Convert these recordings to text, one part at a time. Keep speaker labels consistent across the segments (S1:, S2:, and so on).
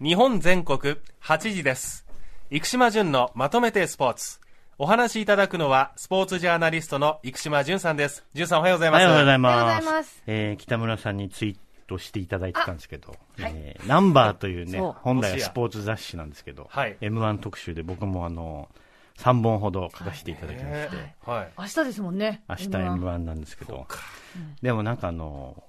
S1: 日本全国8時です生島淳のまとめてスポーツお話しいただくのはスポーツジャーナリストの生島淳さんです淳さんおはようございま
S2: は
S1: す
S2: い、おはようござい
S3: おはよ
S2: ま
S3: う
S2: す。
S3: ございます
S2: えー北村さんにツイートしていただいてたんですけど、えーナンバーというね、
S3: そう
S2: 本来はスポーツ雑誌なんですけど、
S1: はい
S2: M1 特集で僕もあの、3本ほど書かせていただきまして、
S1: ねはい
S3: 明日ですもんね。
S2: 明日
S3: M1
S2: M1 なんですけど、でもなんかあの、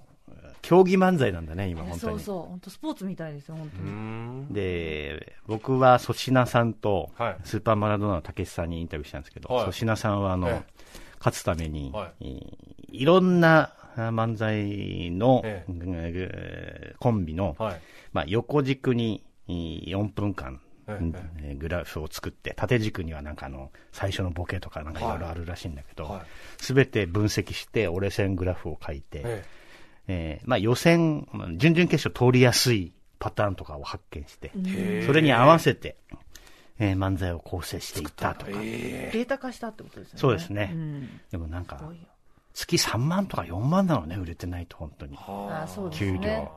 S2: 競技漫才なんだね、今
S3: いや
S2: 本当
S3: そ
S2: に。
S3: うそう、本当スポーツみたいですよ、本当
S1: うー
S3: に。
S1: ん
S2: で、僕は粗品さんと
S1: はい、
S2: スーパーマラドーナのたけしさんにインタビューしたんですけど、
S1: はい
S2: 粗品さんはあの、
S1: え
S2: 勝つために、、
S1: はい
S2: いろんなあ漫才の、
S1: ええ
S2: えーコンビの、
S1: はい
S2: まあ、横軸にい4分間、
S1: え
S2: えーグラフを作って、縦軸にはなんかあの、最初のボケとかなんかいろいろ
S1: はい
S2: あるらしいんだけ
S1: はい
S2: ど、すべ、て分析して折れ線グラフを書いて、
S1: え
S2: えーまあ、予選、まあ準々決勝通りやすいパターンとかを発見して、それに合わせて、えー漫才を構成していったとか。
S1: え
S3: データ化したってことですよね。
S2: そうですね
S3: ん
S2: でもなんか
S3: す、ごいよ
S2: 月3万とか4万なのね、売れてないと、本当に。
S1: は
S3: あーそうです
S2: 給料。
S3: ね。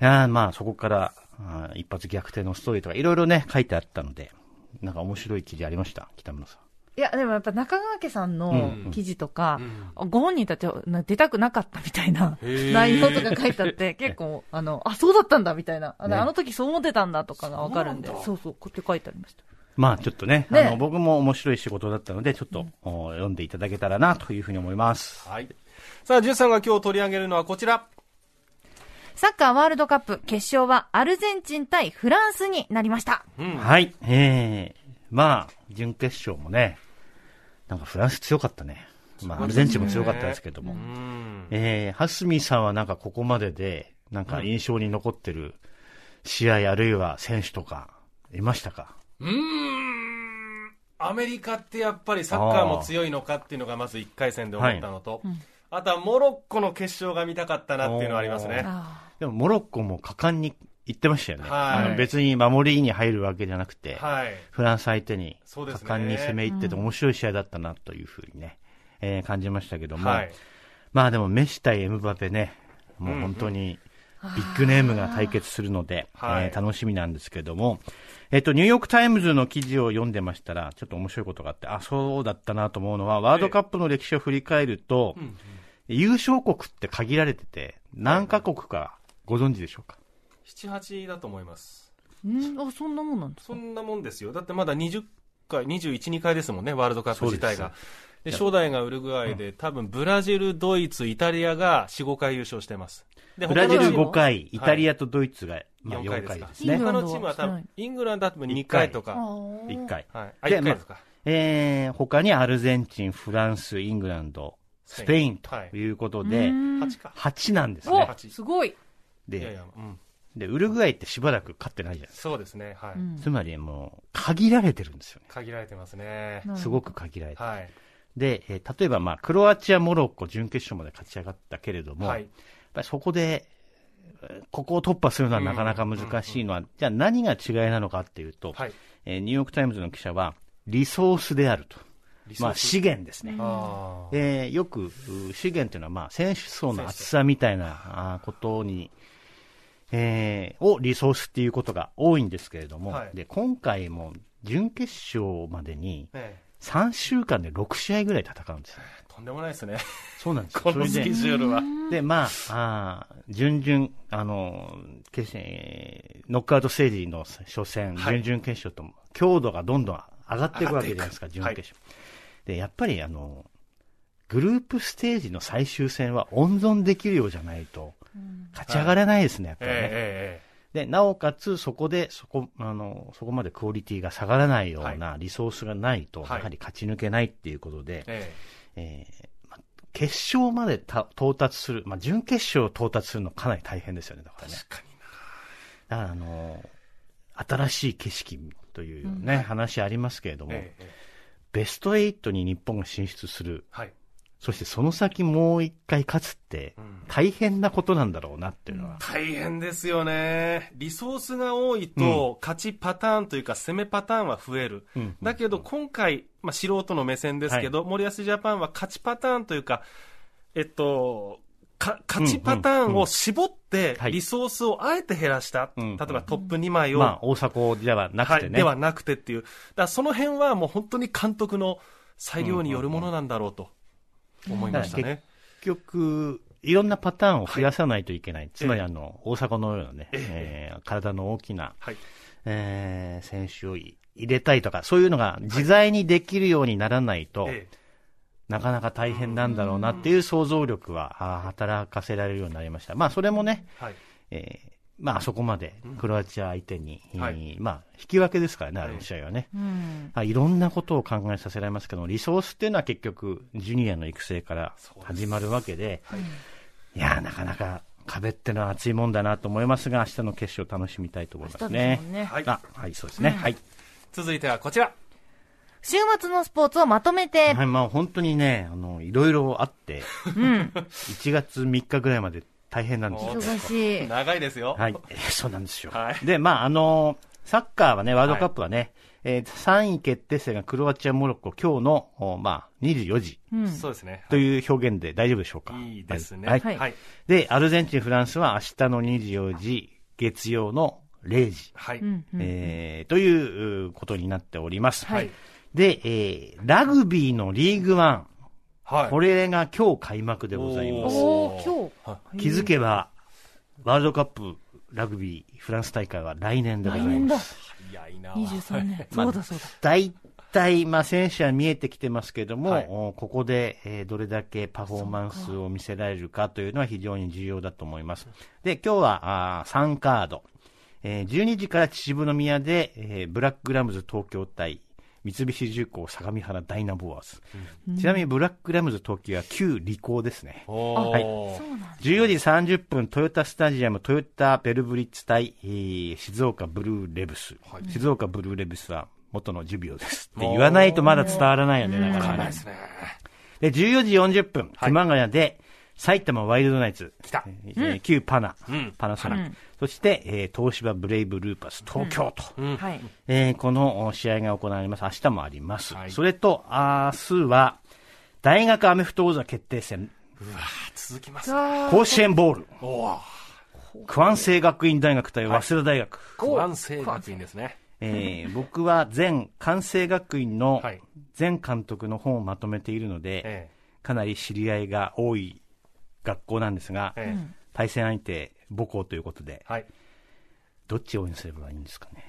S2: あーまあ、そこから、あー一発逆転のストーリーとか、いろいろね、書いてあったので、なんか面白い記事ありました、北村さん。
S3: いや、でもやっぱ中川家さんの記事とか、
S1: ん
S3: ご本人たちは出たくなかったみたいな
S1: へー
S3: 内容とか書いてあ って、結構、あの、あ、そうだったんだみたいな、あの
S2: ね
S3: あの時そう思ってたんだとかがわかるんで、
S1: そうなんだ
S3: そうそう、こうやって書いてありました。
S2: まあ、ちょっとね、
S3: ね
S2: あの、僕も面白い仕事だったので、ちょっと、お読んでいただけたらな、というふうに思います。
S1: はいさあ淳さんが今日取り上げるのはこちら
S3: サッカーワールドカップ決勝はアルゼンチン対フランスになりました。
S2: はい、えー、まあ、準決勝もね、なんかフランス強かったね。まあ、アルゼンチンも強かったですけども。
S1: うーん
S2: えー、はすみさんはなんかここまでで、なんか印象に残ってる試合あるいは選手とか、いましたか
S1: うーんアメリカってやっぱりサッカーも強いのかっていうのがまず1回戦で思ったのと、あとはモロッコの決勝が見たかったなっていうのはありますね。
S3: あ
S2: でも、モロッコも果敢に行ってましたよね。
S1: はい
S2: あの別に守りに入るわけじゃなくて、
S1: はい。
S2: フランス相手に果
S1: そうですね
S2: 敢に攻め入ってて面白い試合だったなというふうにね、えー感じましたけども、
S1: はい。
S2: まあでもメッシ対エムバペね、もう本当にビッグネームが対決するので、
S1: あー
S2: えー
S1: はい
S2: 楽しみなんですけども、えっと、ニューヨークタイムズの記事を読んでましたら、ちょっと面白いことがあって、あ、そうだったなと思うのは、ワールドカップの歴史を振り返ると、優勝国って限られてて、何カ国かご存知でしょうか
S1: 7、8だと思います。
S3: ーうんあ、そんなもんなんです
S1: そ
S3: か
S1: んなもんですよ。だってまだ20回、21、2回ですもんね、ワールドカップ自体
S2: そう
S1: が
S2: で。
S1: で初代がウルグアイで、多分ブラジル、ドイツ、イタリアが4、5回優勝してます。で
S2: ブラジ
S1: 他の
S2: ル
S1: チーム
S2: 5回、イタリアとドイツが、まあ、
S1: 4
S2: 4
S1: 回
S2: 回
S1: で
S2: ですす
S1: ね。
S3: イン
S2: ね
S3: グ。
S1: 他
S3: ランド
S1: のチー
S3: は
S1: ムは多
S3: 少な
S1: 分
S3: い、
S1: イングランドは多分2回とか。
S2: 1。回。
S1: はい。あ、
S2: で
S1: 1回ですか。
S2: えー、他にアルゼンチン、フランス、イングランド、スペインと
S1: はい
S2: いうこと
S3: あー
S2: で、
S3: うーん
S1: 8か。
S2: 8なんですね。
S3: おすごい。
S1: いやい
S2: で
S1: や、うん。
S2: で、ウルグアイってしばらく勝ってないじゃないです
S1: そうですね。はい。
S2: か。つまりもう、限られてるんですよね。
S1: 限られてますね。
S2: すごく限られて。
S1: はい。
S2: で、えー例えばまあ、クロアチア、モロッコ、準決勝まで勝ち上がったけれども、
S1: は
S2: やっ
S1: い。
S2: ぱりそこで、えーここを突破するのはなかなか難しいのは、じゃあ何が違いなのかっていうと、
S1: はい。
S2: えーニューヨークタイムズの記者は、リソースであると。まあ、資源ですね。
S1: あー
S2: でよくう資源というのは、まあ、選手層の厚さみたいなあーことに、えーをリソースっていうことが多いんですけれども、
S1: はい
S2: で今回も準決勝までに
S1: ね
S2: 3週間で6試合ぐらい戦うんですよ。
S1: とんでもないです ね。
S2: そうなんですよ
S1: この
S2: そ
S1: ス
S2: れ
S1: ケ
S2: で
S1: ジュールは。
S2: で、まあ、あー準々、あの、決えーノックアウトステージの初戦、
S1: はい
S2: 準々決勝とも、強度がどんどん上がっていくわけじゃないですか、
S1: 上
S2: 準
S1: がっていく
S2: 決勝。で、やっぱり、あの、グループステージの最終戦は温存できるようじゃないと、勝ち上がれないですね、やっぱりね。
S1: え
S2: で、なおかつ、そこで、そこ、あの、そこまでクオリティが下がらないようなリソースがないと、
S1: はい
S2: やはり勝ち抜けないっていうことで、
S1: えええええ
S2: えーま決勝までた到達する、まあ、準決勝を到達するのかなり大変ですよね、だからね。
S1: 確かに
S2: だから、あのー新しい景色というね、話ありますけれども、
S1: ええええ
S2: ベスト8に日本が進出する、
S1: はい。
S2: そしてその先もう一回勝つって、大変なことなんだろうなっていうのは。
S1: 大変ですよね。リソースが多いと、勝ちパターンというか、攻めパターンは増える。
S2: うん
S1: だけど、今回、まあ、素人の目線ですけど、森保ジャパンは勝ちパターンというか、えっと、か勝ちパターンを絞って
S2: は、い
S1: リソースをあえて減らした、
S2: うんうん
S1: 例えばトップ2枚を、
S2: まあ、大阪ではなくて
S1: はい、
S2: ね。
S1: ではなくてっていう、だからその辺はもう本当に監督の裁量によるものなんだろうと思いましたね。
S2: うん結局、いろんなパターンを増やさないといけない。つまり、あの、大阪のようなね、
S1: ええ
S2: えー体の大きな、
S1: はい
S2: えー選手を入れたいとか、そういうのが自在にできるようにならないと、
S1: ええ
S2: なかなか大変なんだろうなっていう想像力はあー働かせられるようになりました。まあ、それもね、
S1: はい
S2: えーまあ、あそこまでクロアチア相手に、
S1: うんはい
S2: えーまあ、引き分けですからね、あの試合はね。
S3: うん。
S2: あいろんなことを考えさせられますけどもリソースっていうのは結局、ジュニアの育成から始まるわけで、いやー、なかなか壁ってのは熱いもんだなと思いますが、明日の決勝楽しみたいと思います
S3: 明日です
S2: ね
S3: もん。ね
S1: はい
S2: あ、はい、そうですね。はい。
S1: 続いてはこちら。
S3: 週末のスポーツをまとめて、
S2: はい、まあ本当にね、あの、いろいろあ って、
S3: うん。
S2: 1月3日ぐらいまで大変なんですよ。
S3: 忙し い。
S1: 長いですよ。
S2: はい、 えーそうなんですよ。
S1: はい
S2: で、まあ、あのーサッカーはね、ワールドカップはね、えー3位決定戦がクロアチア、モロッコ、今日の、おまあ、24時
S3: うん。
S1: そうですね。
S2: という表現で大丈夫でしょうか。
S1: いいですね。
S2: はい。
S3: はい
S1: はい。
S2: で、アルゼンチン、フランスは明日の24時、月曜の0時、
S1: はい
S3: うんうん
S2: えーといううことになっております。
S3: はい
S2: で、えーラグビーのリーグワ
S1: は
S2: ン、
S1: い
S2: これが今日開幕でございます。
S3: おお今
S1: は
S3: 日。
S2: 気づけば、ワールドカップラグビーフランス大会は来年でござい
S3: 来年
S2: ま
S3: だ
S2: す。
S1: 早いな。
S3: 23年。そうだそうだ。
S2: 大体、まあ、選手は見えてきてますけども、
S1: はい
S2: おここで、えーどれだけパフォーマンスを見せられるかというのは非常に重要だと思います。で、今日はあー3カード。えー12時から秩父宮で、えーブラックグラムズ東京対三菱重工相模原ダイナボアーズ。ちなみにブラックグラムズ東京は旧理工ですね。
S1: おー
S3: そうなんだ。
S2: 14時30分、トヨタスタジアム、トヨタベルブリッツ対、えー静岡ブルーレブス、静岡ブルーレブスは元のジュビオですって言わないとまだ伝わらないよね、なかなか
S1: 長い
S2: ね
S1: ですね。
S2: で、14時40分、熊谷で、埼玉ワイルドナイツ、
S1: 来た
S2: えー旧パナ、
S1: ん
S2: パナソニック、そして、えー東芝ブレイブルーパス、東京と、
S3: はい。
S2: えーこのお試合が行われます。明日もあります。
S1: はい
S2: それと、明日は、大学アメフト王座決定戦、
S1: あ続きます。
S3: さあ
S2: 甲子園ボール。
S1: おー
S2: 区安生学院大学対早稲田大学、
S1: 不安性学院ですね。
S2: え ー僕は前関西学院の
S1: はい
S2: 前監督の本をまとめているので、
S1: え
S2: かなり知り合いが多い学校なんですが、
S1: えええ
S2: 対戦相手母校ということで
S1: はい。
S2: どっちを応援すればいいんですかね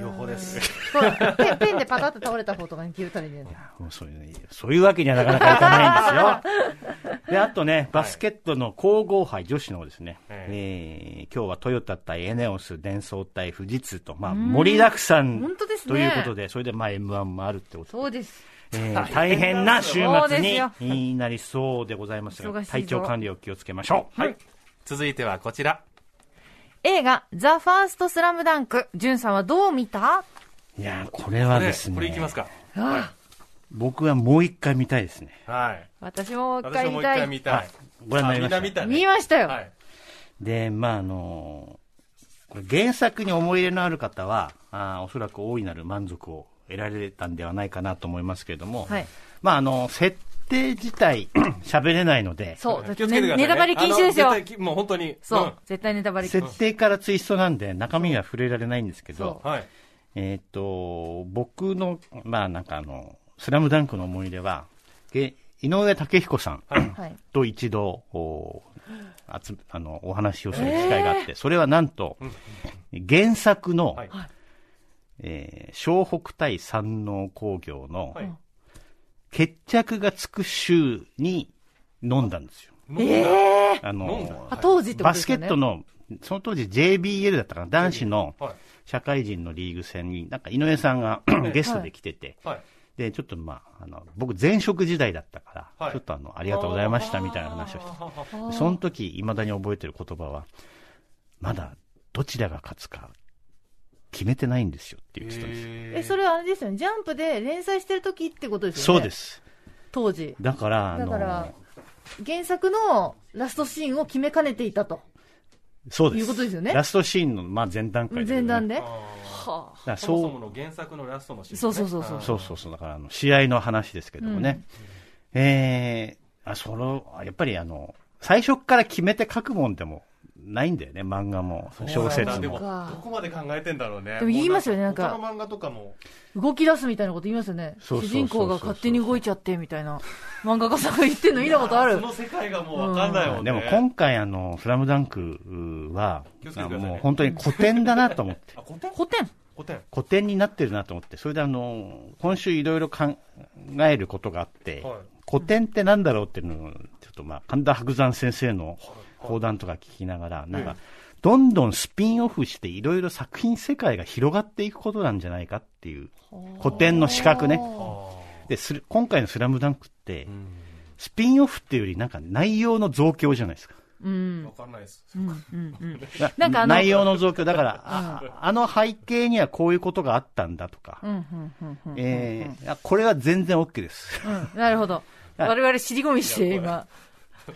S1: 両方です。
S3: そうペンペンでパタッと倒れた方とかに切れたらいいんじゃない
S2: いやもうそういうそういうわけにはなかなかいかないん ですよであとねバスケットの皇后杯女子の方ですね、えー今日はトヨタ対エネオスデンソー対富士通と、まあ、盛りだくさん
S3: 本当ですね
S2: ということでそれでまあ m 1もあるってことで
S3: そうです。
S2: えー大変な週
S3: そう
S2: 末
S3: ですよ
S2: になりそうでございます
S3: 忙し
S2: が、
S3: いぞ
S2: 体調管理を気をつけましょう。
S1: はい。続いてはこちら。
S3: 映画、ザ・ファースト・スラムダンク。ジュンさんはどう見た
S2: いやー、これは
S1: ね
S2: ですね、
S1: これいきますか。
S3: あ
S2: 僕はもう一回見たいですね。
S1: はい。
S3: 私も一
S1: 私
S3: 回
S1: ももう
S3: 見
S1: 一
S3: た
S1: 回
S3: い。
S1: 見たい。
S2: ご覧になりま
S1: みな
S2: した。
S1: 見たね。
S3: 見ましたよ。
S1: はい。
S2: で、まあ、あのーこれ原作に思い入れのある方は、あーおそらく大いなる満足を得られたんではないかなと思いますけれども、
S3: はい
S2: まあ、あの設定自 体喋れないので、
S3: そう。だっ
S1: 気
S3: て
S1: をつけてく
S3: ね
S1: ださいね。
S3: ネタバレ禁止ですよ
S1: あの。絶対きもう本当に。
S3: そう、絶対ネタバレ禁止。
S2: 設定からツイストなんで中身には触れられないんですけ
S3: そう
S2: ど
S1: う、ん。はい。
S2: えーっ、と、僕の、まあなんかあの、スラムダンクの思い出は、げ井上武彦さん
S3: はい。
S2: と一度、おあつあのお話をする機会があって、それはなんと、原作の、
S1: はい
S2: えー湘北対山王工業の、
S1: はい。
S2: 決着がつく週に飲んだんですよ。
S3: ええ
S2: あ
S1: 飲んだ
S2: の
S3: あ、、当時ってこと
S2: バ
S3: で
S2: ス
S3: す
S2: ケ
S3: よね。
S2: ットの、その当時 JBL だったかな、男子の
S1: はい。
S2: 社会人のリーグ戦に、なんか井上さんが ゲストで来てて、
S1: はい。
S2: で、ちょっとまあ、あの、僕前職時代だったから、
S1: はい
S2: ちょっとあの、ありがとうございましたみたいな話をし
S1: あー
S2: て、その時、未だに覚えてる言葉は、まだどちらが勝つか決めてないんですよって言ってたんですよ。
S3: え、それはあれですよね。ジャンプで連載してる時ってことですよ
S2: そ
S3: ね。。
S2: うですす。
S3: 当時。
S2: だから、あ
S3: だから
S2: の、、
S3: 原作のラストシーンを決めかねていたと。
S2: そうで
S3: いうことです
S2: す。
S3: よね
S2: ラストシーンの、まあ、前段階で、
S3: 前段。で。
S1: あ
S3: は
S1: ー
S3: あ。
S2: だから
S1: そもそ
S2: そ
S1: もの原作のラストのシーンね。
S3: そうそうそうそう
S1: あー
S2: う、そうそうそう、だからあの、試合の話ですけどもね。えーあ、その、やっぱりあの、最初から決めて書くもんでもないんだよね、漫画も、小説
S1: でも、
S2: も。
S1: どこまで考えてんだろうね。
S3: でも言いますよね
S1: もう
S3: なんか
S1: 他の漫画とかも。
S3: 動き出すみたいなこと言いますよね。
S2: そうそうそうそう
S3: 主人公が勝手に動いちゃって、みたいな。漫画家さんが言ってんの見たことあ
S1: そ
S3: る。
S1: の世界がもうわかんないもんね。
S2: でも今回あの、スラムダンクは
S1: 気をつ、け
S2: あ
S1: てくださいね
S2: もう本当に古典だなと思って。
S1: あ、古典
S3: 古典
S1: 古典。
S2: 古典になってるなと思って、それであの、今週いろいろ考えることがあって、
S1: はい
S2: 古典ってなんだろうっていうのを、ちょっとまあ、神田伯山先生の講談とか聞きながら、なん
S1: う
S2: か
S1: ん、
S2: どんどんスピンオフしていろいろ作品世界が広がっていくことなんじゃないかっていう、古典の資格ね。で、する今回のスラムダンクって、スピンオフっていうよりなんか内容の増強じゃないですか。
S3: うん。
S1: わかんないです。
S3: うん。うん。うん。
S2: な
S3: なんかあの
S2: 内容の増強。だから、ああの背景にはこういうことがあったんだとか
S3: う、ん。うんうん。うん
S2: えーあこれは全然 OK です。
S3: うんなるほど。我々尻込みして、今、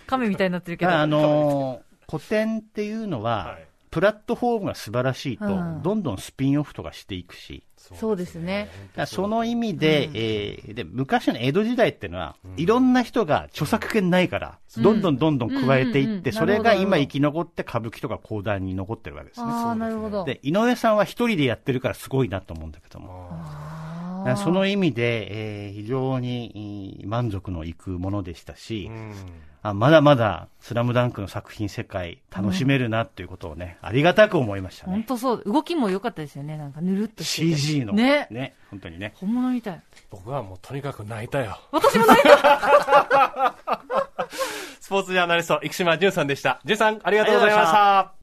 S3: 亀みたいになってるけど。
S2: あのー古典っていうのは、
S1: はい
S2: プラットフォームが素晴らしいと、
S3: うん
S2: どんどんスピンオフとかしていくし、
S3: そうですね。
S2: だからその意味で,、えーで、昔の江戸時代っていうのは、いろんな人が著作権ないから、どんどんどんどん加えて
S3: う
S2: いっ
S3: んうんうんうん
S2: て、それが
S3: なるほど
S2: 今生き残って歌舞伎とか講談に残ってるわけですね。
S3: ああ、なるほど。
S2: で、井上さんは一人でやってるからすごいなと思うんだけども。だからその意味で、えー非常にいい満足のいくものでしたし、
S1: うん
S2: あまだまだ「スラムダンクの作品世界楽しめるなっていうことをね、ありがたく思いました
S3: 本
S2: ね
S3: 当そう。動きも良かったですよね。なんか、ぬるっとしてて。
S2: CG の
S3: ね
S2: ね本当にね
S3: 本物みたい。
S1: 僕はもうとにかく泣いたよ。
S3: 私もないた。
S1: スポーツジャーナリスト、生島淳さんでした。淳さん、ありがとうございま
S2: ありがとうござい
S1: し。
S2: ました